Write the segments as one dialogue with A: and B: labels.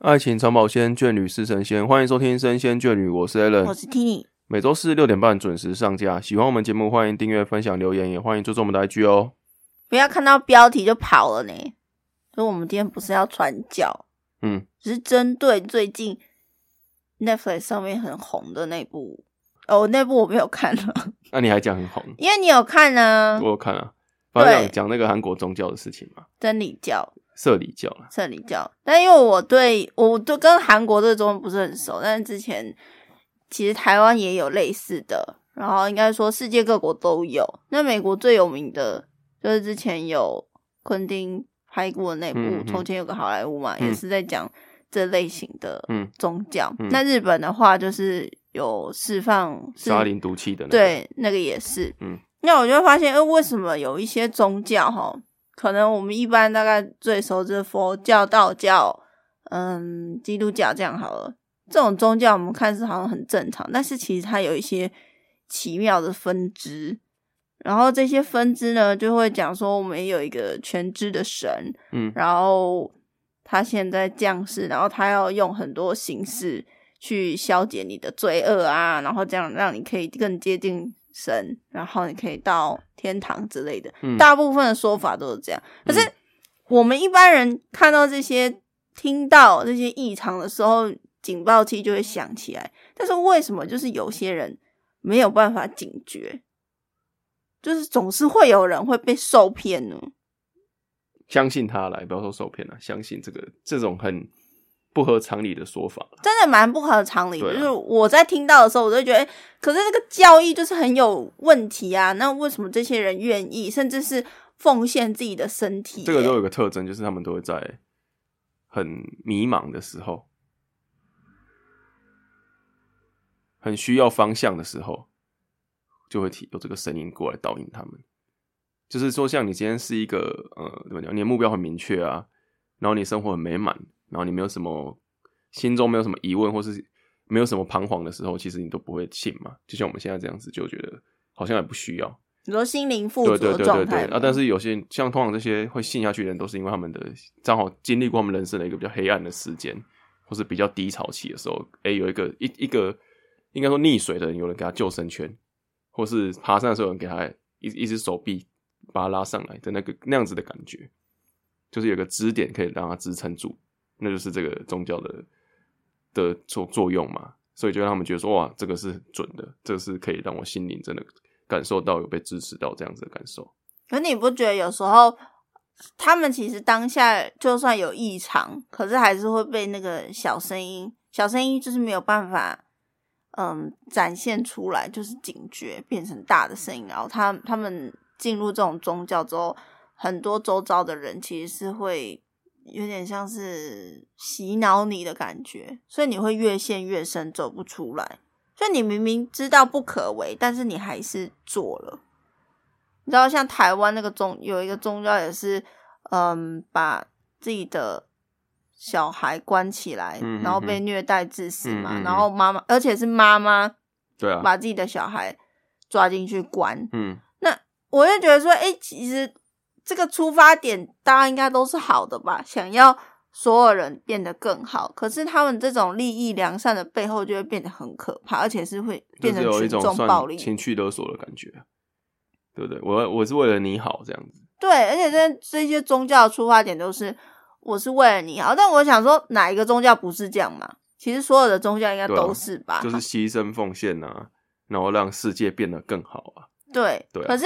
A: 爱情长保鲜，眷侣是神仙。欢迎收听《神仙眷侣》，我是 a l l
B: 我
A: n
B: 是 Tini，
A: 每周四六点半准时上架。喜欢我们节目，欢迎订阅、分享、留言，也欢迎追踪我们的 IG 哦。
B: 不要看到标题就跑了呢。所以我们今天不是要传教，
A: 嗯，
B: 只是针对最近 Netflix 上面很红的那部。哦，那部我没有看了，
A: 那、你还讲很红，
B: 因为你有看呢、
A: 我有看啊。反正
B: 嗯对
A: 讲讲那个韩国宗教的事情嘛，
B: 真理教、
A: 社里教啦。
B: 真理教。但因为我对我对跟韩国对中文不是很熟，但是之前其实台湾也有类似的，然后应该说世界各国都有。那美国最有名的就是之前有昆汀拍过那部
A: 嗯嗯
B: 《从前有个好莱坞》嘛，
A: 嗯
B: 也是在讲这类型的
A: 嗯
B: 宗教。
A: 嗯
B: 那日本的话，就是有释放是
A: 沙林毒气的那个，
B: 对，那个也是。
A: 嗯，
B: 那我就会发现，哎、为什么有一些宗教哈，可能我们一般大概最熟知的佛教、道教，嗯，基督教这样好了。这种宗教我们看似好像很正常，但是其实它有一些奇妙的分支。然后这些分支呢，就会讲说我们有一个全知的神，
A: 嗯
B: 然后他现在降世，然后他要用很多形式去消解你的罪恶啊，然后这样让你可以更接近神，然后你可以到天堂之类的。
A: 嗯
B: 大部分的说法都是这样，可是
A: 嗯
B: 我们一般人看到这些、听到这些异常的时候，警报器就会响起来。但是为什么就是有些人没有办法警觉？就是总是会有人会被受骗呢，
A: 相信他来，不要说受骗了，相信这个这种很不合常理的说法啦。
B: 真的蛮不合常理的。
A: 对啊
B: 就是我在听到的时候，我就觉得，诶可是这个教义就是很有问题啊。那为什么这些人愿意，甚至是奉献自己的身体、
A: 这个都
B: 诶
A: 有个特征，就是他们都会在很迷茫的时候，很需要方向的时候，就会提有这个声音过来导引他们。就是说，像你今天是一个呃，怎么讲？你的目标很明确啊，然后你生活很美满，然后你没有什么心中没有什么疑问，或是没有什么彷徨的时候，其实你都不会信嘛。就像我们现在这样子，就觉得好像也不需要。
B: 你说心灵富
A: 对
B: 足
A: 对
B: 的
A: 对
B: 状
A: 对
B: 态
A: 对
B: 吗
A: 啊！但是有些像通常这些会信下去的人，都是因为他们的正好经历过他们人生的一个比较黑暗的时间，或是比较低潮期的时候，哎，有一个一一个应该说溺水的人，有人给他救生圈，或是爬山的时候有人给他一一只手臂把他拉上来的那个那样子的感觉，就是有个支点可以让他支撑住，那就是这个宗教的的作作用嘛。所以就让他们觉得说，哇，这个是准的，这个是可以让我心灵真的感受到有被支持到这样子的感受。
B: 可你不觉得有时候他们其实当下就算有异常，可是还是会被那个小声音，小声音就是没有办法，嗯，展现出来，就是警觉变成大的声音。然后他他们进入这种宗教之后，很多周遭的人其实是会有点像是洗脑你的感觉，所以你会越陷越深，走不出来。所以你明明知道不可为，但是你还是做了。你知道，像台湾那个宗有一个宗教也是，嗯，把自己的小孩关起来，
A: 嗯嗯
B: 然后被虐待致死嘛，
A: 嗯嗯嗯
B: 然后妈妈，而且是妈妈
A: 对啊，
B: 把自己的小孩抓进去关，
A: 嗯，
B: 我就觉得说，哎、其实这个出发点大家应该都是好的吧，想要所有人变得更好。可是他们这种利益良善的背后，就会变得很可怕，而且是会
A: 就
B: 变
A: 是
B: 成
A: 有一
B: 群
A: 种
B: 众暴
A: 算
B: 力。
A: 情绪勒索的感觉，对不对？我我是为了你好这样子，
B: 对，而且这这些宗教的出发点都是我是为了你好，但我想说，哪一个宗教不是这样嘛？其实所有的宗教应该
A: 对啊
B: 都是吧，
A: 就是牺牲奉献啊，然后让世界变得更好啊。
B: 对，
A: 对啊
B: 可是，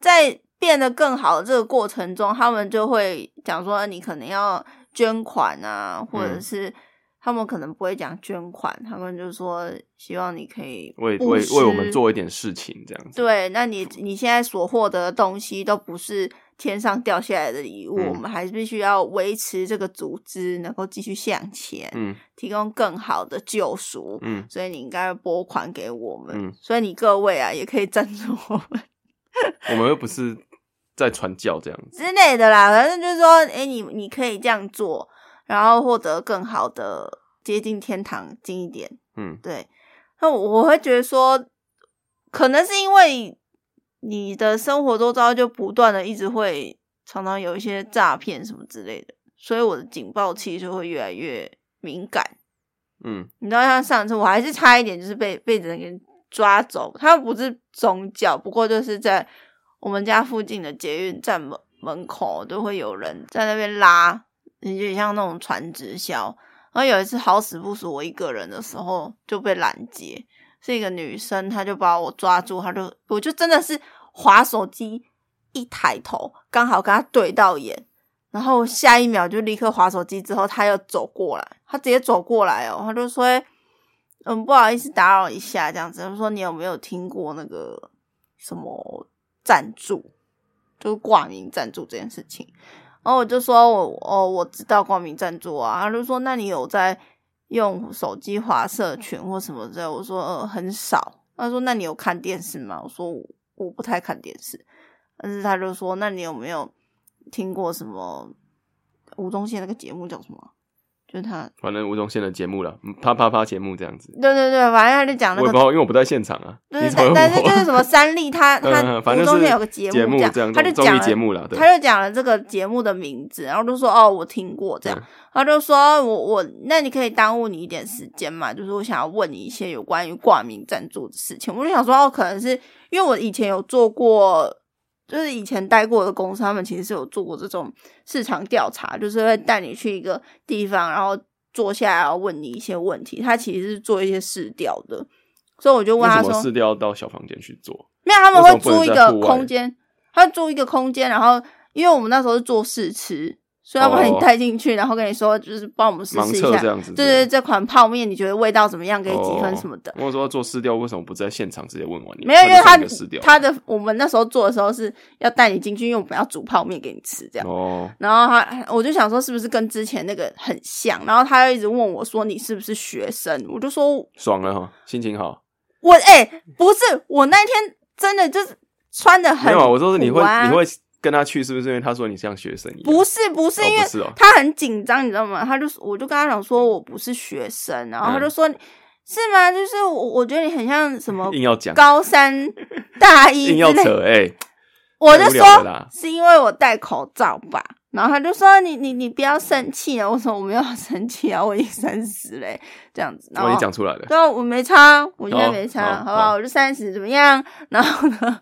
B: 在变得更好的这个过程中，他们就会讲说，呃你可能要捐款啊，或
A: 嗯
B: 者是、他们可能不会讲捐款，他们就说希望你可以
A: 为
B: 布
A: 为
B: 施
A: 为我们做一点事情，这样子。
B: 对，那你你现在所获得的东西都不是天上掉下来的礼物，
A: 嗯
B: 我们还是必须要维持这个组织能够继续向前，
A: 嗯
B: 提供更好的救赎。
A: 嗯，
B: 所以你应该拨款给我们，
A: 嗯
B: 所以你各位啊也可以赞助我们。
A: 我们又不是在传教这样子。
B: 之类的啦。反正就是说，哎、你你可以这样做，然后获得更好的接近天堂近一点。
A: 嗯
B: 对，那我我会觉得说，可能是因为你的生活周遭就不断的一直会常常有一些诈骗什么之类的，所以我的警报器就会越来越敏感。
A: 嗯，
B: 你知道，像上次我还是差一点就是被被人给抓走，他又不是宗教，不过就是在我们家附近的捷运站门门口都会有人在那边拉，有点像那种传直销。然后有一次好死不死我一个人的时候就被拦截，是一个女生，她就把我抓住，她就我就真的是滑手机，一抬头刚好跟她对到眼，然后下一秒就立刻划手机，之后他又走过来，他直接走过来哦，他就说：“欸嗯，不好意思打扰一下，这样子。”他说：“你有没有听过那个什么赞助，就是挂名赞助这件事情？”然后我就说：“我哦，我知道挂名赞助啊。”他就说：“那你有在用手机划社群或什么之类？”我说：“呃，很少。”他说：“那你有看电视吗？”我说：“我我不太看电视。”但是他就说：“那你有没有听过什么吴宗宪那个节目叫什么啊？就是他，
A: 反正吴宗宪的节目了，嗯啪啪啪节目这样子，
B: 对对对，反正他就讲
A: 我
B: 啊那
A: 也不知
B: 个，
A: 道，因为我不在现场啊。
B: 就
A: 你
B: 是
A: 怎么
B: 但
A: 问
B: 但是就是
A: 我？
B: 什么三立他他
A: 嗯，反
B: 吴
A: 正
B: 宗
A: 是
B: 宪有个节
A: 目
B: 样，
A: 这样，
B: 他就
A: 综艺
B: 讲
A: 节
B: 了。
A: 目了，对
B: 他就讲了这个节目的名字，然后就说哦，我听过这样，
A: 嗯
B: 他就说哦我我那你可以耽误你一点时间嘛，就是我想要问你一些有关于挂名赞助的事情，我就想说哦，可能是因为我以前有做过，就是以前待过的公司，他们其实是有做过这种市场调查，就是会带你去一个地方，然后坐下来然后问你一些问题，他其实是做一些试调的，所以我就问
A: 为
B: 他
A: 什
B: 说
A: 么是调到小房间去做？
B: 没有，他们会
A: 为什么
B: 租
A: 不
B: 一
A: 能在
B: 个
A: 户外
B: 空间，他租一个空间，然后因为我们那时候是做试吃，所以要把你
A: 哦
B: 带进去，然后跟你说就是帮我们试
A: 盲
B: 试一
A: 测
B: 下，
A: 这样子
B: 对对，这款泡面你觉得味道怎么样，给几分
A: 哦
B: 什么的。
A: 我说做私调为什么不在现场直接问完你？
B: 没有，因为
A: 他
B: 他
A: 就撕掉
B: 他的我们那时候做的时候是要带你进去，因为我们要煮泡面给你吃这样。
A: 哦，
B: 然后他我就想说是不是跟之前那个很像，然后他又一直问我说你是不是学生，我就说
A: 爽了哈，心情好。
B: 我哎、不是，我那天真的就是穿的很
A: 没有啊，我说是你会
B: 土啊
A: 你会跟他去，是不是因为他说你像学生一样？
B: 不是不是，
A: 哦
B: 因为
A: 不是哦
B: 他很紧张，你知道吗？他就我就跟他讲说我不是学生，
A: 嗯
B: 然后他就说、是吗？就是我我觉得你很像什么
A: 硬要讲，
B: 哦 高三大一
A: 硬要
B: 之类
A: 扯，哎、
B: 我就
A: 太无
B: 说
A: 聊了啦
B: 是因为我戴口罩吧，然后他就说你你你不要生气啊，我说我没有生气啊，我已经三十嘞，这样子，然
A: 我已
B: 后
A: 经讲出来了。
B: 对啊，我没差，我觉得
A: 哦
B: 没差，
A: 好
B: 啊好不好？
A: 好
B: 我就三十，怎么样？ 然后呢，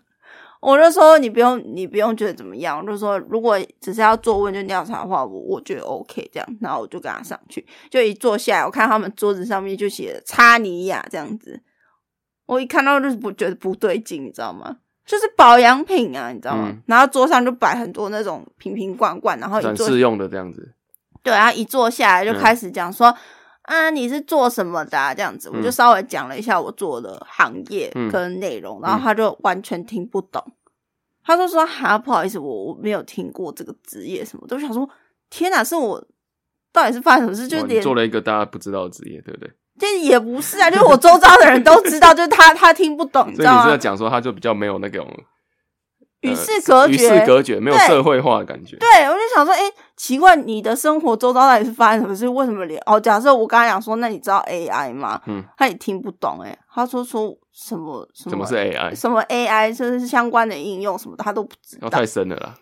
B: 我就说你不用，你不用觉得怎么样。我就说如果只是要做问卷调查的话，我我觉得 OK 这样。然后我就跟他上去，就一坐下来，我看他们桌子上面就写着“差尼亚”这样子，我一看到就是不觉得不对劲，你知道吗？就是保养品啊，你知道吗？
A: 嗯
B: 然后桌上就摆很多那种瓶瓶罐罐，然后一
A: 展
B: 坐
A: 示用的这样子，
B: 对，然后一坐下来就
A: 嗯
B: 开始讲说，啊，你是做什么的、啊？这样子，我就
A: 嗯
B: 稍微讲了一下我做的行业
A: 嗯
B: 跟内容，然后他就完全听不懂。他就说：“哈，不好意思，我我没有听过这个职业什么。”都想说，天哪，是我到底是发生什么事？就
A: 哇哦你
B: 连
A: 做了一个大家不知道的职业，对不对？
B: 就是也不是啊，就是我周遭的人都知道，就是他他听不 懂，你知
A: 所以
B: 道
A: 你是在
B: 吗？
A: 讲说他就比较没有那种
B: 与世隔
A: 与
B: 绝，
A: 世隔绝，没有
B: 对
A: 社会化的感觉。
B: 对，我就想说，哎、奇怪，你的生活周遭到底是发生什么事？为什么连哦？假设我刚才讲说，那你知道 AI 吗？
A: 嗯，
B: 他也听不懂、诶哎，他说说什么什么
A: 怎么是 AI？
B: 什么 AI，就是相关的应用什么的，他都不知
A: 哦，
B: 道。
A: 太深了啦。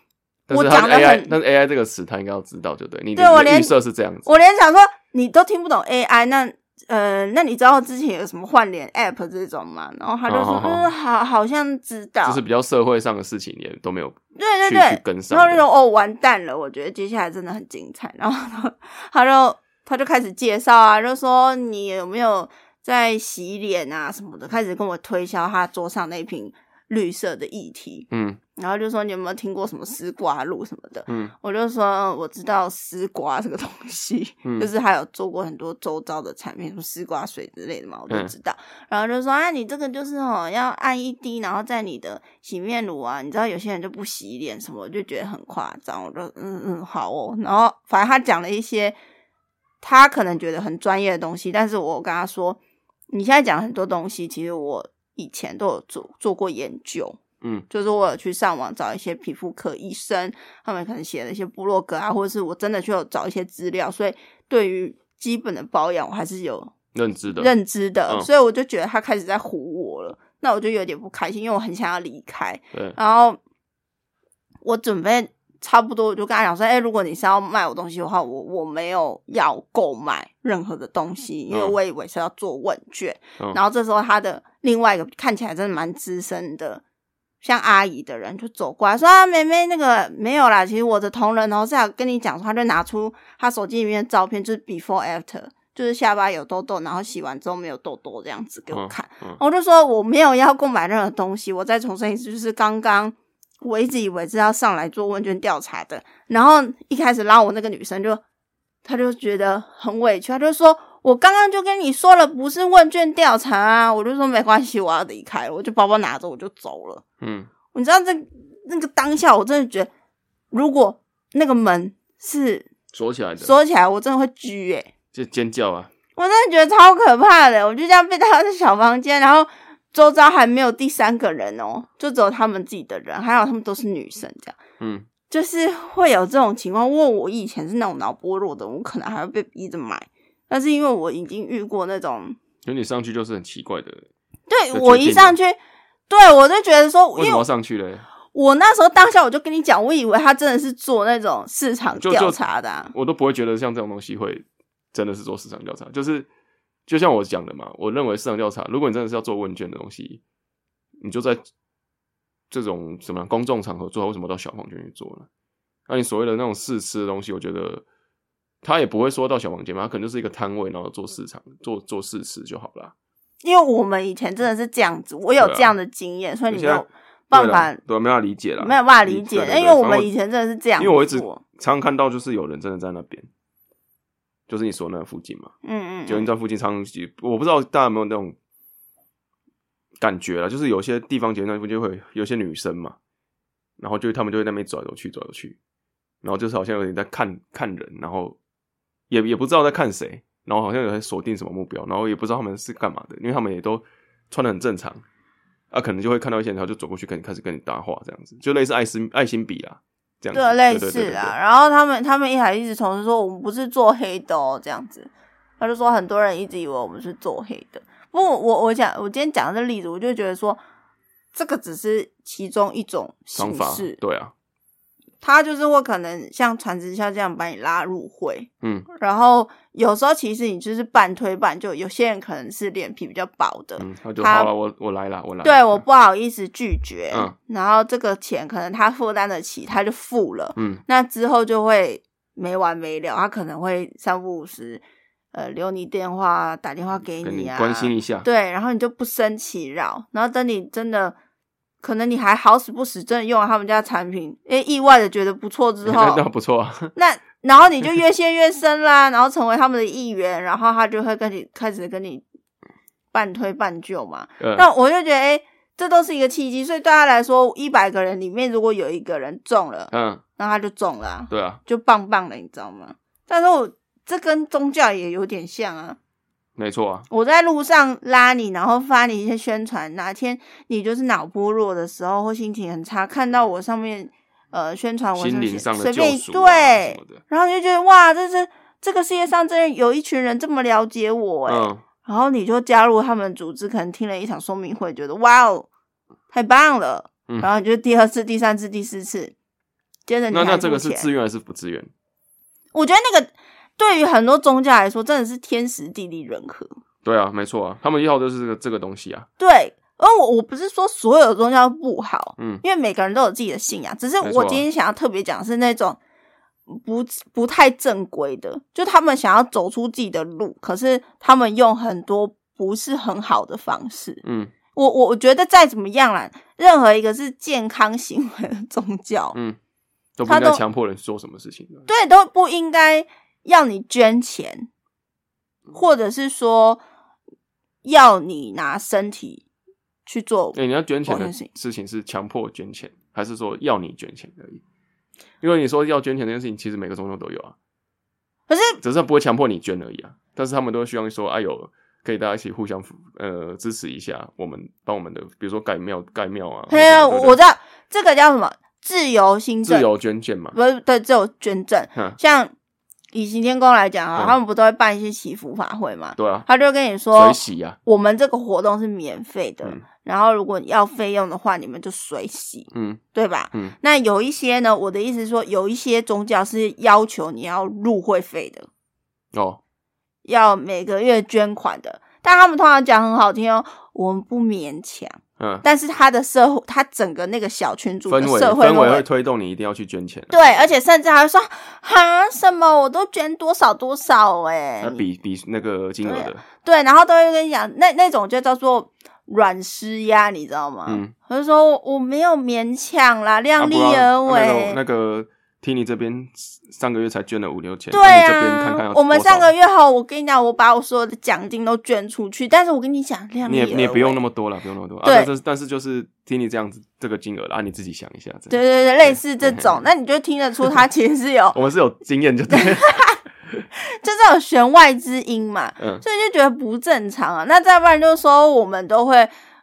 A: 但
B: 我
A: 是他
B: 讲得
A: AI，
B: 很
A: 但是 AI 这个词他应该要知道，就对。你
B: 对我
A: 的
B: 连
A: 预设是这样子，
B: 我连想说，你都听不懂 AI，那呃，那你知道之前有什么换脸 App 这种吗？然后他就说，
A: 哦哦哦
B: 嗯，好，好像知道，
A: 就是比较社会上的事情也都没有
B: 对对
A: 去
B: 对
A: 去，跟上
B: 然后那
A: 的。
B: 种哦，完蛋了，我觉得接下来真的很精彩。然后呢，他 就他就开始介绍啊，就说你有没有在洗脸啊什么的，开始跟我推销他桌上那瓶绿色的液体，
A: 嗯
B: 然后就说你有没有听过什么丝瓜露什么的。
A: 嗯
B: 我就说嗯我知道丝瓜这个东西，
A: 嗯
B: 就是还有做过很多周遭的产品，什么丝瓜水之类的嘛，我就
A: 嗯
B: 知道。然后就说啊，你这个就是哦，要按一滴，然后在你的洗面乳啊，你知道有些人就不洗脸什么，我就觉得很夸张。我就嗯嗯好哦，然后反正他讲了一些他可能觉得很专业的东西，但是我跟他说，你现在讲很多东西，其实我以前都有做做过研究，
A: 嗯，
B: 就是我有去上网找一些皮肤科医生，他们可能写了一些部落格啊，或者是我真的去有找一些资料，所以对于基本的保养我还是有
A: 认知的。
B: 认知的，
A: 嗯
B: 所以我就觉得他开始在唬我了，
A: 嗯
B: 啊那我就有点不开心，因为我很想要离开，
A: 对，
B: 然后我准备差不多，我就跟他讲说，哎、如果你是要卖我东西的话，我我没有要购买任何的东西，因为
A: 嗯
B: 我以为是要做问卷。
A: 嗯
B: 然后这时候他的另外一个看起来真的蛮资深的，像阿姨的人就走过来说：“啊，妹妹，那个没有啦，其实我的同仁哦是要跟你讲说，他就拿出他手机里面的照片，就是 before after，就是下巴有痘痘，然后洗完之后没有痘痘这样子给我
A: 嗯
B: 看。
A: 嗯
B: 我就说我没有要购买任何东西，我再重申一次，就是刚刚我一直以为是要上来做问卷调查的，然后一开始拉我那个女生就，她就觉得很委屈，她就说我刚刚就跟你说了不是问卷调查啊，我就说没关系，我要离开了，我就包包拿着我就走了。
A: 嗯
B: 你知道这那个当下，我真的觉得如果那个门是
A: 锁起来的，
B: 锁起来，我真的会狙诶、欸
A: 就尖叫啊，
B: 我真的觉得超可怕的，我就这样被带到这小房间，然后周遭还没有第三个人哦，就只有他们自己的人，还好他们都是女生，这样
A: 嗯
B: 就是会有这种情况。因为我以前是那种脑波弱的，我可能还会被逼着买，但是因为我已经遇过那种，
A: 有你上去就是很奇怪的，
B: 对
A: 就
B: 我
A: 决
B: 一
A: 定
B: 上去，对我就觉得说，
A: 为什
B: 因为
A: 么要
B: 我
A: 上去嘞？
B: 我那时候当下我就跟你讲，我以为他真的是做那种市场
A: 就
B: 调
A: 就
B: 查的、啊，
A: 我都不会觉得像这种东西会真的是做市场调查，就是就像我讲的嘛，我认为市场调查，如果你真的是要做问卷的东西，你就在这种什么样公众场合做，为什么到小房间去做呢？那你所谓的那种试吃的东西，我觉得他也不会说到小房间嘛，他可能就是一个摊位，然后做市场做做试吃就好啦。
B: 因为我们以前真的是这样子，我有
A: 对啊
B: 这样的经验，所以你没
A: 现在
B: 有办
A: 对
B: 法嗯
A: 啦对，没办法理解啦，
B: 没有办法理解，
A: 对对对
B: 因为我
A: 反正
B: 们以前真的是这样
A: 因为我一直
B: 做
A: 常常看到就是有人真的在那边，就是你说那附近嘛。
B: 嗯嗯
A: 捷运
B: 嗯，
A: 站附近常常，我不知道大家有没有那种感觉啦，就是有些地方捷运站附近会有些女生嘛，然后就他们就会在那边走来走去走来走去，然后就是好像有点在看看人，然后也也不知道在看谁，然后好像有在锁定什么目标，然后也不知道他们是干嘛的，因为他们也都穿的很正常，啊，可能就会看到一些人，然后就走过去跟你开始跟你搭话这样子，就类似爱心爱心笔啦，这样子
B: 对，类
A: 对对
B: 似
A: 对
B: 啊。然后他们他们一还一直重申说我们不是做黑的哦，这样子，他就说很多人一直以为我们是做黑的。不过我我讲我今天讲的这例子，我就觉得说这个只是其中一种
A: 方
B: 形
A: 法
B: 式，
A: 对啊，
B: 他就是会可能像传直销这样把你拉入会，
A: 嗯
B: 然后有时候其实你就是半推半就，有些人可能是脸皮比较薄的，
A: 嗯，那就
B: 他
A: 好了，我我来啦，我来啦，
B: 对我不好意思拒绝，
A: 嗯
B: 然后这个钱可能他负担得起，他就付了。
A: 嗯。
B: 那之后就会没完没了，他可能会三不五时，呃，留你电话，打电话
A: 嗯
B: 给
A: 跟你
B: 啊，
A: 关心一下，
B: 对，然后你就不生其扰，然后等你真的，可能你还好死不死真的用了他们家的产品，因为意外的觉得不错之后，
A: 那那不错 啊，
B: 那然后你就越陷越深啦，然后成为他们的一员，然后他就会跟你开始跟你半推半就嘛。
A: 呃，
B: 那我就觉得，哎、这都是一个契机，所以对他来说，一百个人里面如果有一个人中了，
A: 嗯，
B: 那他就中了啊、
A: 对啊，
B: 就棒棒的，你知道吗？但是我这跟宗教也有点像啊。
A: 没错啊，
B: 我在路上拉你，然后发你一些宣传。哪天你就是脑波弱的时候，或心情很差，看到我上面呃宣传文
A: 心
B: 上
A: 灵
B: 写
A: 上的
B: 随
A: 救
B: 便一
A: 赎、啊、什
B: 对
A: 么，的，
B: 然后你就觉得哇，这是这个世界上真的有一群人这么了解我哎、
A: 嗯，
B: 然后你就加入他们组织，可能听了一场说明会，觉得哇哦，太棒了，
A: 嗯
B: 然后你就第二次、第三次、第四次，接着你
A: 那
B: 还
A: 那这
B: 付
A: 个是
B: 钱
A: 自愿还是不自愿？
B: 我觉得那个对于很多宗教来说，真的是天时地利人和。
A: 对啊，没错啊，他们要的就是这个这个东西啊，
B: 对，而我我不是说所有宗教不好，
A: 嗯
B: 因为每个人都有自己的信仰，只是
A: 没
B: 我
A: 错啊
B: 今天想要特别讲的是那种不不太正规的，就他们想要走出自己的路，可是他们用很多不是很好的方式。
A: 嗯
B: 我我我觉得再怎么样啦，任何一个是健康行为的宗教，
A: 嗯，都不
B: 他
A: 应该
B: 都
A: 强迫人做什么事情的，
B: 对都不应该要你捐钱，或者是说要你拿身体去做。
A: 哎、你要捐钱
B: 不好
A: 的
B: 意思
A: 事情是强迫捐钱，还是说要你捐钱而已？因为你说要捐钱这件事情，其实每个宗教都有啊，
B: 可是
A: 只是他不会强迫你捐而已啊。但是他们都希望说，哎呦，可以大家一起互相扶呃支持一下，我们帮我们的，比如说盖庙盖庙啊。
B: 嘿啊，
A: 或者
B: 我我知道这个叫什么自由新政，
A: 自由捐献嘛，
B: 不是对自由捐赠，
A: 哼
B: 像以行天宫来讲啊，
A: 嗯
B: 他们不都会办一些祈福法会嘛？
A: 对啊，
B: 他就跟你说
A: 水，洗呀、
B: 我们这个活动是免费的，
A: 嗯
B: 然后如果你要费用的话，你们就水洗，
A: 嗯
B: 对吧？
A: 嗯，
B: 那有一些呢，我的意思是说，有一些宗教是要求你要入会费的，
A: 哦，
B: 要每个月捐款的，但他们通常讲很好听哦，我们不勉强。
A: 嗯，
B: 但是他的社会，他整个那个小群组的
A: 氛围
B: 社会
A: 氛围会
B: 围，
A: 推动你一定要去捐钱、啊，
B: 对，而且甚至还会说哈什么我都捐多少多少哎、
A: 那比比那个金额
B: 对
A: 的，
B: 对，然后都会跟你讲那那种就叫做软施压，你知道吗？
A: 嗯，
B: 我就说我没有勉强啦，
A: 啊
B: 啊量力
A: 不然
B: 而为。
A: 那个那个听你这边上个月才捐了五六千，
B: 对
A: 那你这边看看
B: 啊
A: 要，
B: 我们
A: 多少
B: 上个月后，我跟你讲，我把我所有的奖金都捐出去，但是我跟你讲，量
A: 你
B: 力
A: 也
B: 而为。
A: 你也不用那么多了，不用那么多。啊、
B: 对
A: 但是但是就是听你这样子这个金额了，啊，你自己想一下。这样
B: 对对对，类似这种， 那你就听得出他其实是有，
A: 我们是有经验，就对。
B: 就是有弦外之音嘛。
A: 嗯，
B: 所以就觉得不正常啊。那再不然就是说，我们都会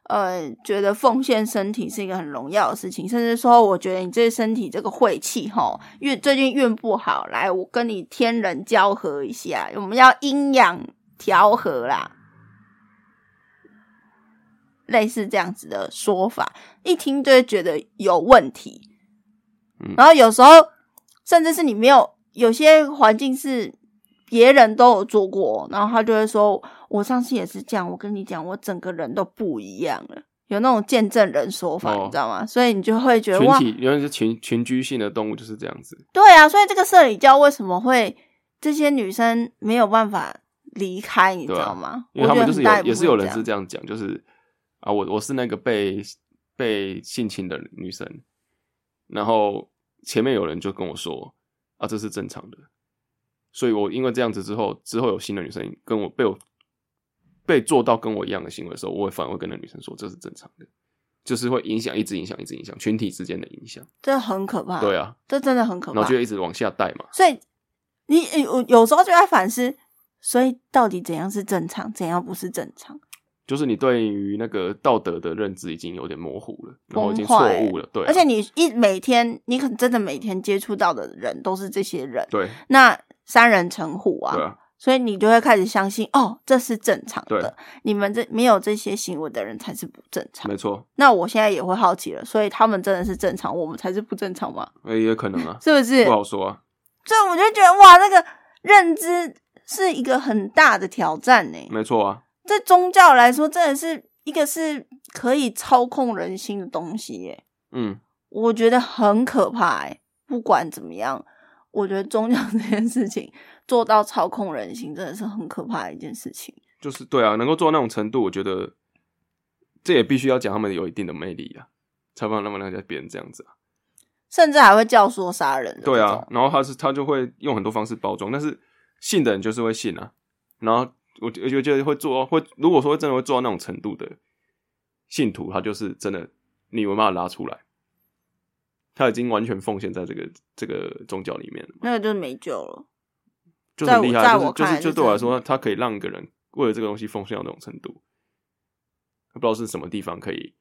B: 呃觉得奉献身体是一个很荣耀的事情，甚至说，我觉得你这身体这个晦气吼，运最近运不好，来我跟你天人交合一下，我们要阴阳调和啦。类似这样子的说法，一听就会觉得有问题。
A: 嗯
B: 然后有时候甚至是你没有，有些环境是别人都有做过，然后他就会说：“我上次也是这样，我跟你讲，我整个人都不一样了。”有那种见证人说法，
A: 哦
B: 你知道吗？所以你就会觉得
A: 群
B: 哇，
A: 体原来是群群居性的动物就是这样子。
B: 对啊，所以这个社里教为什么会这些女生没有办法离开，你知
A: 对啊
B: 道吗？
A: 因为他
B: 我觉
A: 们
B: 得
A: 就是
B: 很大
A: 有
B: 一
A: 也
B: 部
A: 是有
B: 分
A: 人
B: 这
A: 是
B: 样
A: 这样讲，就是啊，我我是那个被被性侵的女生，然后前面有人就跟我说啊，这是正常的，所以我因为这样子之后，之后有新的女生跟我被我被做到跟我一样的行为的时候，我会反而会跟那女生说这是正常的，就是会影响，一直影响，一直影响群体之间的影响，
B: 这很可怕，
A: 对，啊，
B: 这真的很可
A: 然
B: 怕
A: 后。就一直往下带嘛，
B: 所以你有有时候就在反思，所以到底怎样是正常，怎样不是正常？
A: 就是你对于那个道德的认知已经有点模糊了，然后已经
B: 崩
A: 错
B: 坏
A: 误了，对啊、
B: 而且你一每天，你可能真的每天接触到的人都是这些人，
A: 对
B: 那三人成虎啊，
A: 对啊。
B: 所以你就会开始相信，哦，这是正常
A: 对
B: 的，你们这没有这些行为的人才是不正常。
A: 没错，
B: 那我现在也会好奇了，所以他们真的是正常，我们才是不正常吗？
A: 呃也可能 啊，
B: 是不是？
A: 不好说啊，
B: 所以我就觉得哇，这个认知是一个很大的挑战呢。
A: 没错啊，
B: 在宗教来说，真的是一个是可以操控人心的东西耶，
A: 嗯，
B: 我觉得很可怕哎。不管怎么样，我觉得宗教 这件事情做到操控人心，真的是很可怕的一件事情。
A: 就是对啊，能够做到那种程度，我觉得这也必须要讲他们有一定的魅力啊，才不能那么让人家别人这样子啊，
B: 甚至还会教唆杀人的这种。
A: 对啊，然后他是他就会用很多方式包装，但是信的人就是会信啊，然后我我就觉得会做会，如果说真的会做到那种程度的信徒，他就是真的你有没有把他拉出来，他已经完全奉献在这个这个宗教里面了。
B: 那个就没救了。
A: 就
B: 在
A: 很
B: 我
A: 厉
B: 在
A: 害，就是
B: 我
A: 就
B: 看
A: 是
B: 来
A: 就是对我来
B: 很
A: 说，他可以让一个人为了这个东西奉献到那种程度，不知道是什么地方可以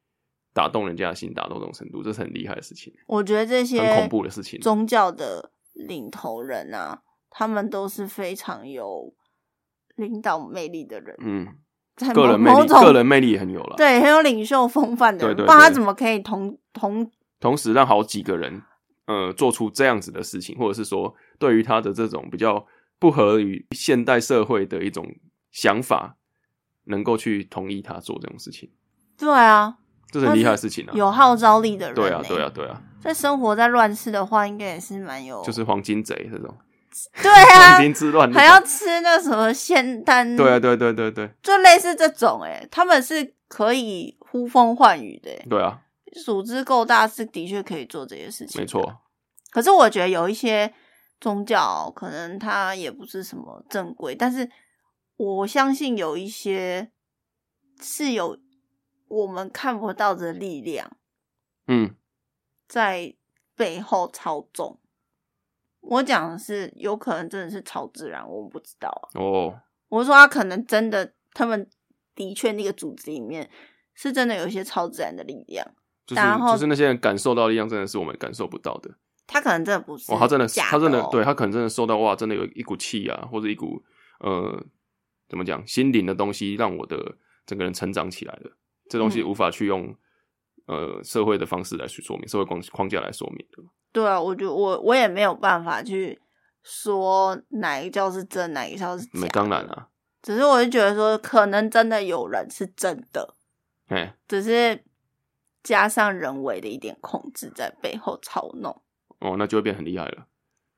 A: 打动人家的心，打动这种程度，这是很厉害的事情，
B: 我觉得这些
A: 很恐怖的事情。
B: 宗教的领头人啊，他们都是非常有领导魅力的人，
A: 嗯，
B: 在
A: 个
B: 某
A: 人魅
B: 某
A: 力，
B: 种
A: 个人魅力也很有了。，
B: 对很有领袖风范的人，
A: 对对
B: 不然他
A: 对
B: 怎么可以同同
A: 同时让好几个人呃做出这样子的事情，或者是说对于他的这种比较不合于现代社会的一种想法，能够去同意他做这种事情，
B: 对啊？
A: 这是很厉害的事情啊！
B: 有号召力的人、欸
A: 对啊，对啊，。对啊，
B: 在生活在乱世的话，应该也是蛮有，
A: 就是黄金贼这种
B: 哦对
A: 黄
B: 啊，
A: 金之乱那种，
B: 还要吃那什么仙 丹，
A: 对啊，对对对对
B: 就类似这种、欸，他们是可以呼风唤雨的、欸，
A: 对啊，
B: 组织够大是的确可以做这些事情，
A: 没。错，
B: 可是我觉得有一些宗教可能它也不是什么正规，但是我相信有一些是有我们看不到的力量
A: 嗯，
B: 在背后操纵。我讲的是有可能真的是超自然，我们不知道啊。
A: 哦，
B: 我说他可能真的，他们的确那个组织里面是真的有一些超自然的力量。
A: 就是
B: 然后
A: 就是那些人感受到的力量，真的是我们感受不到的，
B: 他可能真的不是、
A: 哇，他真的，
B: 假
A: 他真的，
B: 哦
A: 对他可能真的受到哇，真的有一股气啊，或者一股呃，怎么讲，心灵的东西，让我的整个人成长起来了。这东西
B: 嗯
A: 无法去用、呃社会的方式来去说明，社会框框架来说明的。
B: 对啊，我就我我也没有办法去说哪一教是真，哪一教是
A: 没，
B: 假。
A: 当然啊，
B: 只是我就觉得说，可能真的有人是真的，
A: 哎，
B: 只是加上人为的一点控制在背后操弄。
A: 哦，那就会变很厉害了，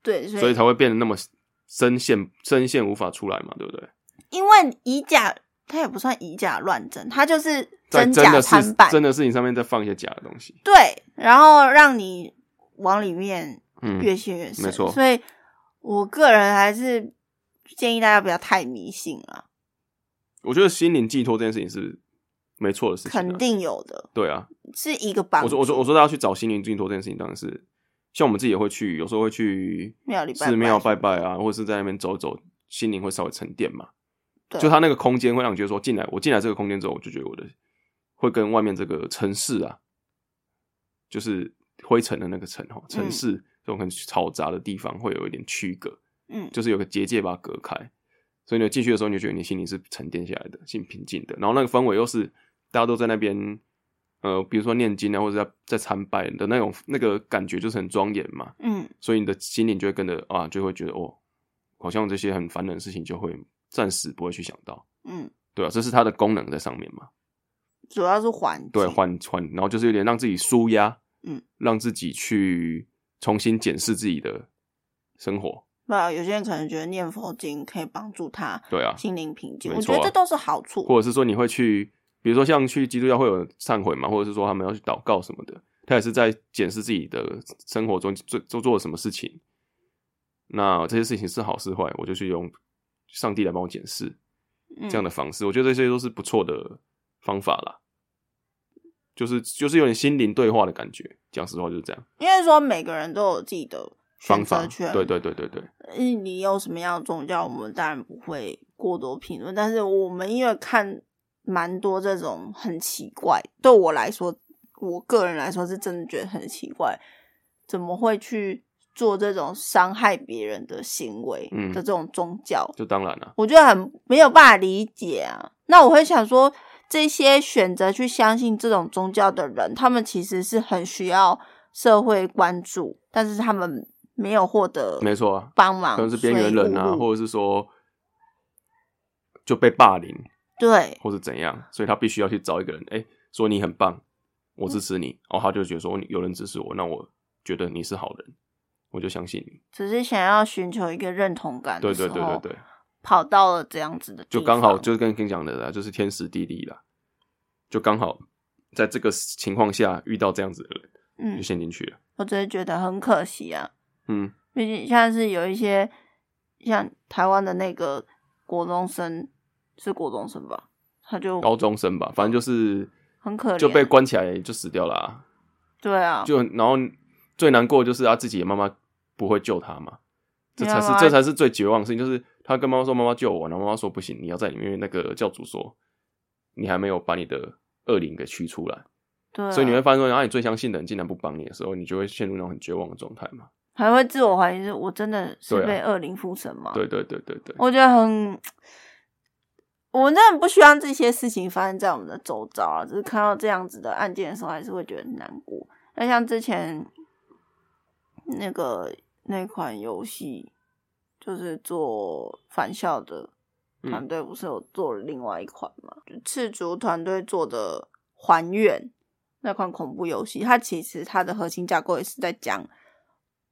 B: 对，
A: 所以才会变得那么深陷深陷无法出来嘛，对不对？
B: 因为以假，它也不算以假乱真，它就是
A: 在
B: 真
A: 真
B: 假
A: 的事
B: 参半。
A: 真的事情上面再放一些假的东西，
B: 对，然后让你往里面
A: 嗯，
B: 越陷越深。
A: 没错
B: 所以我个人还是建议大家不要太迷信啊了，
A: 我觉得心灵寄托这件事情是没错的事情、啊，
B: 肯定有的，
A: 对啊，
B: 是一个帮
A: 我
B: 助。
A: 说我说我说大家去找心灵寄托这件事情，当然是像我们自己也会去，有时候会去
B: 庙里拜
A: 寺
B: 拜
A: 庙拜拜啊，或者是在那边走走，心灵会稍微沉淀嘛。
B: 对
A: 就它那个空间会让你觉得说，进来我进来这个空间之后，我就觉得我的会跟外面这个城市啊，就是灰尘的那个尘哈，城市、这种很嘈杂的地方会有一点区隔，
B: 嗯，
A: 就是有个结界把它隔开。所以呢，进去的时候你就觉得你心里是沉淀下来的，心平静的。然后那个氛围又是大家都在那边，呃，比如说念经啊，或者在在参拜的那种那个感觉，就是很庄严嘛。
B: 嗯，
A: 所以你的心灵就会跟着啊，就会觉得哦，好像这些很烦人的事情就会暂时不会去想到，
B: 嗯，
A: 对啊，这是它的功能在上面嘛。
B: 主要是环境。
A: 对，啊缓缓，然后就是有点让自己舒压，
B: 嗯，
A: 让自己去重新检视自己的生活，
B: 对啊，有些人可能觉得念佛经可以帮助他
A: 对啊，
B: 心灵平静，
A: 没
B: 我
A: 错
B: 觉
A: 啊
B: 得这都是好处。
A: 或者是说你会去，比如说像去基督教会有忏悔嘛，或者是说他们要去祷告什么的，他也是在检视自己的生活中做做做了什么事情。那这些事情是好是坏，我就去用上帝来帮我检视这样
B: 嗯、
A: 的方式，我觉得这些都是不错的方法啦。就是就是有点心灵对话的感觉，讲实话就是这样
B: 因为说每个人都有自己的
A: 方
B: 选
A: 法
B: 择权，。
A: 对对对对对，
B: 嗯，你有什么样的宗教，我们当然不会过多评论，但是我们因为看蛮多这种很奇怪，对我来说，我个人来说是真的觉得很奇怪，怎么会去做这种伤害别人的行为
A: 嗯
B: 的这种宗教？
A: 就当然了，
B: 我觉得很没有办法理解啊。那我会想说，这些选择去相信这种宗教的人，他们其实是很需要社会关注，但是他们没有获得
A: 没错啊，
B: 帮忙，
A: 可能是边缘人
B: 所
A: 啊，
B: 以
A: 或者是说就被霸凌，
B: 对
A: 或是怎样，所以他必须要去找一个人，哎、说你很棒，我
B: 嗯
A: 支持你，哦，他就觉得说你有人支持我，那我觉得你是好人，我就相信你。
B: 只是想要寻求一个认同感
A: 对对
B: 的啊时候，
A: 对对对，
B: 跑到了这样子的地
A: 就
B: 方，
A: 刚好就是跟跟你讲的啦，就是天时地利啦，就刚好在这个情况下遇到这样子的人，
B: 嗯
A: 就，陷进去了。
B: 我只是觉得很可惜啊。
A: 嗯，
B: 毕竟像是有一些像台湾的那个国中生是国中生吧，他就
A: 高中生吧，反正就是
B: 很可怜
A: 就被关起来就死掉了、啊，
B: 对啊，
A: 就然后最难过的就是他自己的妈妈不会救他嘛，这
B: 因为
A: 才是
B: 妈妈
A: 这才是最绝望的事情，就是他跟妈妈说妈妈救我，然后妈妈说不行，你要在里面，因为那个教主说你还没有把你的恶灵给驱出来，
B: 对啊，
A: 所以你会发现说，然后你最相信的人竟然不帮你的时候，你就会陷入那种很绝望的状态嘛。
B: 还会自我怀疑，是我真的是
A: 对啊
B: 被恶灵附身吗？
A: 对对对对对，
B: 我觉得很，我真的很不希望这些事情发生在我们的周遭啊。只是看到这样子的案件的时候，还是会觉得很难过。那像之前那个那款游戏，就是做返校的
A: 嗯
B: 团队，不是有做了另外一款嘛？就赤足团队做的《还愿》那款恐怖游戏，它其实它的核心架构也是在讲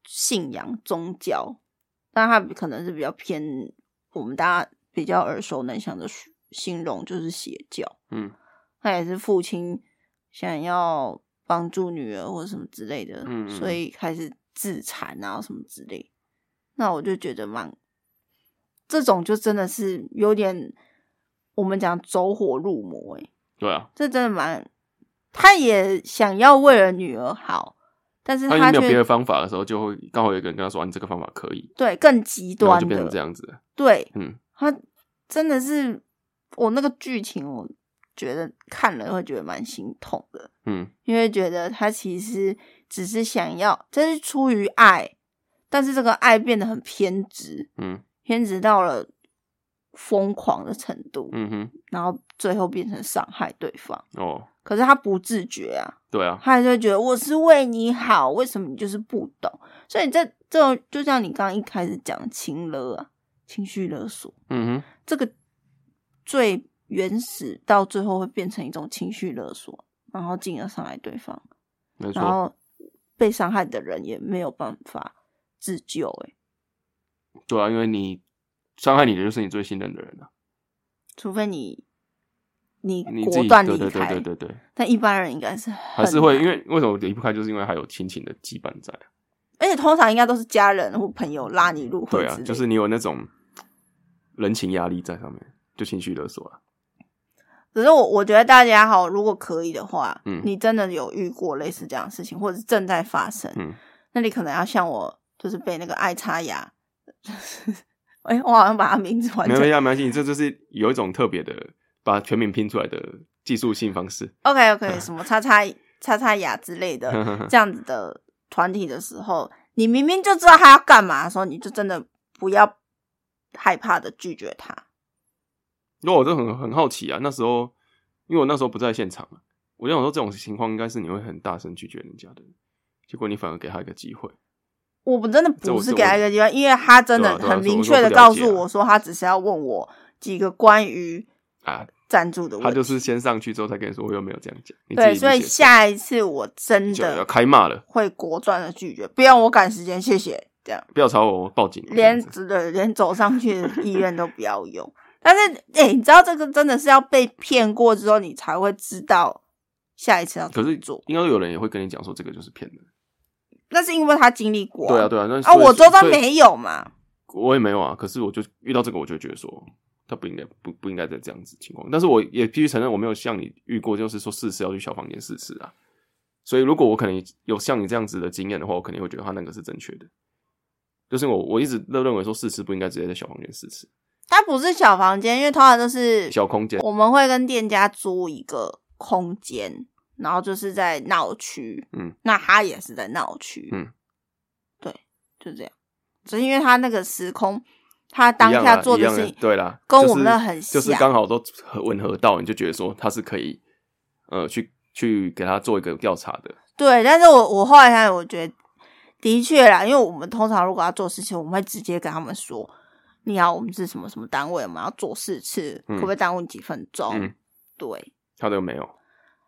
B: 信仰宗教，但它可能是比较偏我们大家比较耳熟能详的形容，就是邪教。
A: 嗯
B: 他也是父亲想要帮助女儿或什么之类的，
A: 嗯嗯
B: 所以开始自残啊什么之类。那我就觉得蛮，这种就真的是有点我们讲走火入魔、欸，
A: 对啊，
B: 这真的蛮。他也想要为了女儿好，但是
A: 当你
B: 他
A: 没有别的
B: 却
A: 方法的时候，就会刚好有一个人跟他说、啊你这个方法可以，
B: 对更极
A: 然后
B: 端
A: 就变成这
B: 的，
A: 样子了。
B: 对
A: 嗯，
B: 他真的是我那个剧情我觉得看了会觉得蛮心痛的，
A: 嗯，
B: 因为觉得他其实只是想要，这是出于爱，但是这个爱变得很偏执，
A: 嗯
B: 偏执到了疯狂的程度，
A: 嗯哼，
B: 然后最后变成伤害对方。
A: 哦，
B: 可是他不自觉啊，
A: 对啊，
B: 他还是会觉得我是为你好，为什么你就是不懂？所以这这种就像你刚刚一开始讲情勒啊，情绪勒索，
A: 嗯哼，
B: 这个最原始到最后会变成一种情绪勒索，然后进而伤害对方，
A: 没
B: 然
A: 错，
B: 后被伤害的人也没有办法自救、欸，
A: 对啊，因为你伤害你的就是你最信任的人啊，
B: 除非你你
A: 你自
B: 果
A: 己
B: 断
A: 对
B: 离
A: 对对
B: 开
A: 对，对对，
B: 但一般人应该是还
A: 还是会因为为什么离不开，就是因为还有亲情的羁绊在啊，
B: 而且通常应该都是家人或朋友拉你入会
A: 对
B: 之
A: 啊
B: 类，的
A: 就是你有那种人情压力在上面，就情绪勒索啊，
B: 可是我我觉得大家好，如果可以的话，
A: 嗯
B: 你真的有遇过类似这样的事情，或者是正在发生，
A: 嗯
B: 那你可能要像我，就是被那个爱插牙，就是，哎、我好像把他名字完
A: 没
B: 整
A: 有没有没关系，你这就是有一种特别的把全名拼出来的技术性方式，
B: ，OK OK，什么叉叉叉叉牙之 类的
A: 嗯
B: 这样子的团体的时候，你明明就知道他要干嘛的时候，你就真的不要害怕的拒绝他。
A: 因为我就很很好奇啊，那时候因为我那时候不在现场啊，我就想说这种情况应该是你会很大声拒绝人家的，结果你反而给他一个机会，
B: 我们真的
A: 这
B: 不
A: 我
B: 是
A: 这
B: 给
A: 我
B: 他一个机会，因为他真的
A: 对啊对啊
B: 很
A: 这我
B: 明
A: 就
B: 确的
A: 不了
B: 告
A: 解
B: 诉
A: 啊
B: 我说，他只是要问我几个关于
A: 啊
B: 赞助的问
A: 他
B: 题。
A: 就是先上去之后才跟你说我又没有这样讲，你自己
B: 对，
A: 理
B: 所以
A: 解
B: 下一次我真
A: 就要
B: 的
A: 开骂了，
B: 会果断的拒绝，不要我赶时间，谢谢。这样
A: 不要吵我，我报警，这
B: 连
A: 样子
B: 对连走上去的意愿都不要有。但是，哎、你知道这个真的是要被骗过之后，你才会知道下一次要怎
A: 可
B: 么
A: 是
B: 做。
A: 应该有人也会跟你讲说这个就是骗人，
B: 那是因为他经历过、
A: 对啊对啊，那
B: 啊，
A: 所以
B: 我周遭，
A: 所以
B: 没有嘛。
A: 我也没有啊，可是我就遇到这个我就觉得说。他不应该不不应该在这样子情况，但是我也必须承认，我没有像你遇过，就是说试吃要去小房间试吃啊。所以如果我可能有像你这样子的经验的话，我肯定会觉得他那个是正确的。就是我我一直都认为说试吃不应该直接在小房间试吃，
B: 他不是小房间，因为通常都是
A: 小空间，
B: 我们会跟店家租一个空间，然后就是在闹区，
A: 嗯，
B: 那他也是在闹区，
A: 嗯，
B: 对，就这样。只是因为他那个时空，他当
A: 一样
B: 下
A: 啦
B: 做
A: 一
B: 的
A: 样啊
B: 事情，
A: 对啦，
B: 跟
A: 就是
B: 我们那很像，
A: 就是刚好都吻合到，你就觉得说他是可以，呃，去去给他做一个调查的，
B: 对。但是我我后来想想，我觉得的确啦，因为我们通常如果要做事情，我们会直接跟他们说。你好，我们是什么什么单位？我们要做四次，
A: 嗯
B: 可不可以耽误你几分钟？
A: 嗯
B: 对，
A: 他都没有，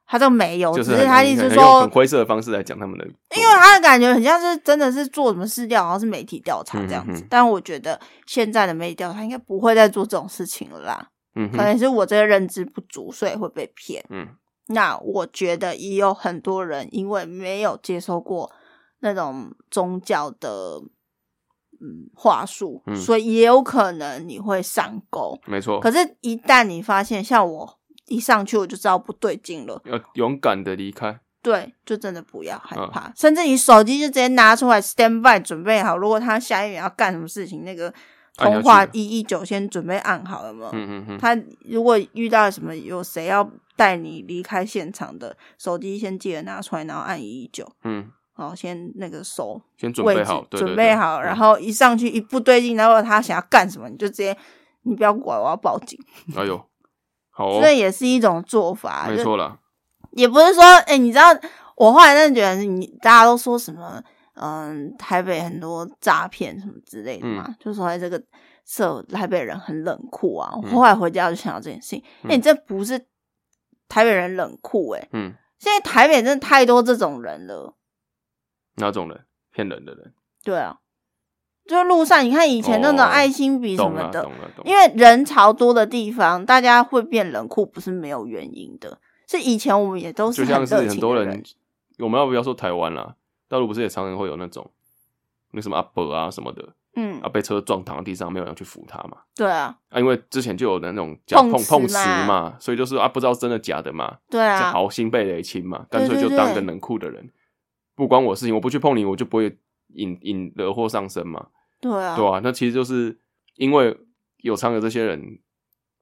B: 他都没有，
A: 就是
B: 哦只
A: 很
B: 他
A: 很
B: 意思
A: 很
B: 说
A: 用很灰色的方式来讲他们的，
B: 因为他的感觉很像是真的是做什么事调，好像是媒体调查这样子。
A: 嗯嗯嗯
B: 但我觉得现在的媒体调查应该不会再做这种事情了啦，
A: 嗯
B: 可能
A: 哼，
B: 也是我这个认知不足，所以会被骗。
A: 嗯，
B: 那我觉得也有很多人因为没有接受过那种宗教的嗯话术，
A: 嗯哦
B: 所以也有可能你会上钩。
A: 没错，
B: 可是，一旦你发现，像我一上去我就知道不对劲了，
A: 要勇敢的离开，
B: 对，就真的不要害
A: 嗯
B: 怕，甚至你手机就直接拿出来 stand by 准备好，如果他下一秒要干什么事情，那个
A: 按下
B: 通话
A: 去了
B: 一一九先准备按好了吗？
A: 嗯嗯嗯，
B: 他如果遇到什么有谁要带你离开现场的，手机先记得拿出来，然后按一一九，
A: 嗯，
B: 好，先那个手
A: 先准
B: 位
A: 备
B: 置
A: 好，对嗯
B: 准备好，然后一上去一不对劲，然后他想要干什么，你就直接你不要管，我要报警，
A: 哎呦，好哦，
B: 这也是一种做法，
A: 没
B: 就
A: 错啦，
B: 也不是说，哎、你知道，我后来真的觉得你大家都说什么，嗯，台北很多诈骗什么之类的嘛，
A: 嗯
B: 就说哎这个社台北人很冷酷啊。我
A: 嗯
B: 后来回家就想到这件事情，哎、
A: 嗯
B: 这不是台北人冷酷、哎，
A: 嗯，
B: 现在台北真的太多这种人了，
A: 哪种人骗人的人，
B: 对啊，就路上你看以前那种
A: 哦
B: 爱心笔什
A: 懂
B: 么
A: 了
B: 的，
A: 懂了懂了，
B: 因为人潮多的地方，大家会变冷酷不是没有原因的。是以前我们也都
A: 就是像是
B: 哦热
A: 很
B: 情
A: 多
B: 的
A: 人，我们要不要说台湾啦？大陆不是也常常会有那种那什么阿伯啊什么的
B: 嗯
A: 啊，，被车撞躺在地上，没有人去扶他嘛？
B: 对啊，
A: 啊，因为之前就有那种假
B: 碰
A: 碰
B: 瓷
A: 碰瓷
B: 嘛
A: 嘛，所以就是啊，不知道真的假的嘛，这
B: 对啊，
A: 好心被雷侵嘛，干
B: 对
A: 脆
B: 对
A: 就当个
B: 对
A: 冷酷的人，不关我事情，我不去碰你，我就不会引引惹祸上身嘛，
B: 对啊，
A: 对吧、那其实就是因为有常有这些人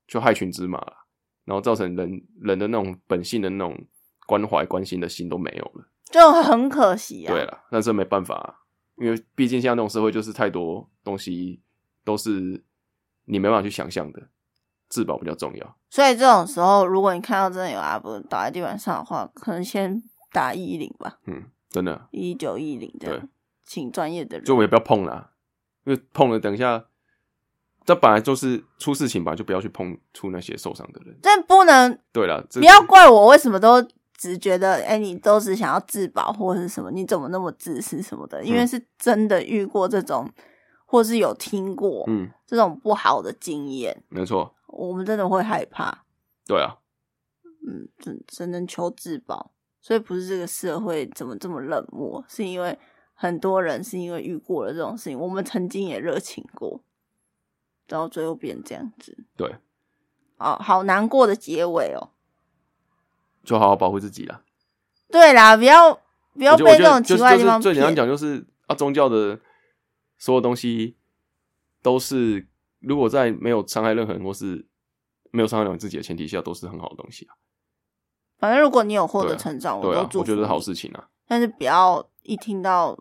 A: 就害群之马啦然后造成人人的那种本性的那种关怀关心的心都没有了。
B: 就很可惜啊。
A: 对了，但是没办法、啊，因为毕竟现在那种社会就是太多东西都是你没办法去想象的，自保比较重要。
B: 所以这种时候，如果你看到真的有阿伯倒在地板上的话，可能先打一零吧，
A: 嗯，真的，
B: 一九一零这
A: 对
B: 样，请专业的人。
A: 就我们也不要碰啦，因为碰了，等一下，这本来就是出事情吧，就不要去碰触那些受伤的人。
B: 这不能
A: 对了，这
B: 不要怪我为什么都只觉得，哎、你都只想要自保或者是什么，你怎么那么自私什么
A: 嗯
B: 的？因为是真的遇过这种，或是有听过、
A: 嗯，
B: 这种不好的经验，
A: 没错，
B: 我们真的会害怕，
A: 对啊，
B: 嗯，只只能求自保。所以不是这个社会怎么这么冷漠，是因为很多人是因为遇过了这种事情，我们曾经也热情过，然后最后变这样子，
A: 对，
B: 哦，好难过的结尾哦。
A: 就好好保护自己啦。
B: 对啦，不要不要
A: 我觉得
B: 被这种
A: 就是
B: 奇怪的
A: 就
B: 地
A: 是
B: 方
A: 最简单
B: 骗。
A: 讲就是啊，宗教的所有东西都是，如果在没有伤害任何人或是没有伤害到你自己的前提下，都是很好的东西啊。
B: 反正如果你有获
A: 对
B: 得
A: 啊
B: 成长，
A: 对
B: 哦都
A: 啊，
B: 祝
A: 我
B: 福
A: 觉得是好
B: 你。
A: 事情啊。
B: 但是不要一听到，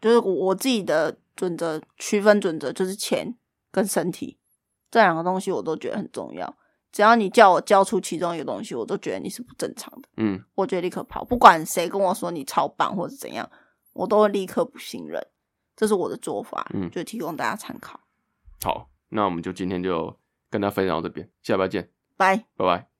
B: 就是我我自己的准则区分准则就是钱跟身体这两个东西，我都觉得很重要。只要你叫我交出其中一个东西，我都觉得你是不正常的，
A: 嗯，
B: 我觉得立刻跑。不管谁跟我说你超棒或者怎样，我都会立刻不信任。这是我的做法，
A: 嗯
B: 就提供大家参考。
A: 好，那我们就今天就跟大家分享到这边，下礼拜见，
B: 拜。
A: 拜拜。